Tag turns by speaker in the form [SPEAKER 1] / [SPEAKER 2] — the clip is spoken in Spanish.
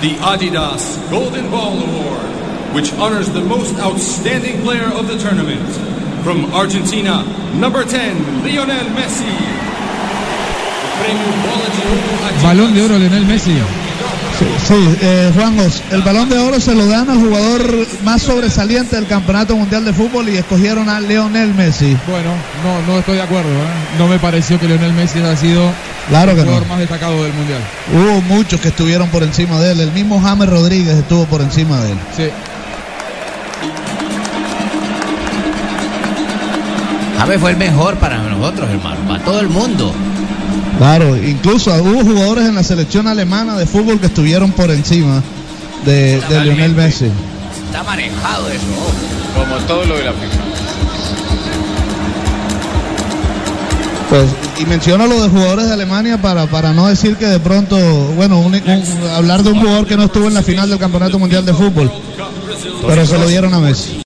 [SPEAKER 1] the Adidas Golden Ball Award, which honors the most outstanding player of the tournament. From Argentina, number 10, Lionel Messi. El premio Bola de Oro a
[SPEAKER 2] Balón de oro, Lionel Messi.
[SPEAKER 3] Sí, eh, Juan Gos, el balón de oro se lo dan al jugador más sobresaliente del Campeonato Mundial de Fútbol y escogieron a Leonel Messi.
[SPEAKER 2] Bueno, no, no estoy de acuerdo. ¿eh? No me pareció que Lionel Messi haya sido
[SPEAKER 3] Claro
[SPEAKER 2] el
[SPEAKER 3] que
[SPEAKER 2] jugador
[SPEAKER 3] no.
[SPEAKER 2] más destacado del mundial.
[SPEAKER 3] Hubo muchos que estuvieron por encima de él. El mismo James Rodríguez estuvo por encima de él.
[SPEAKER 2] Sí.
[SPEAKER 4] James fue el mejor para nosotros, hermano, para todo el mundo.
[SPEAKER 3] Claro, incluso hubo jugadores en la selección alemana de fútbol que estuvieron por encima de, de Lionel Messi.
[SPEAKER 4] Está manejado eso. ojo.
[SPEAKER 5] Como todo lo de la FIFA.
[SPEAKER 3] Pues, y menciono lo de jugadores de Alemania para, para no decir que de pronto, bueno, un- un- hablar de un jugador que no estuvo en la final del Campeonato Mundial de Fútbol, pero se lo dieron a Messi.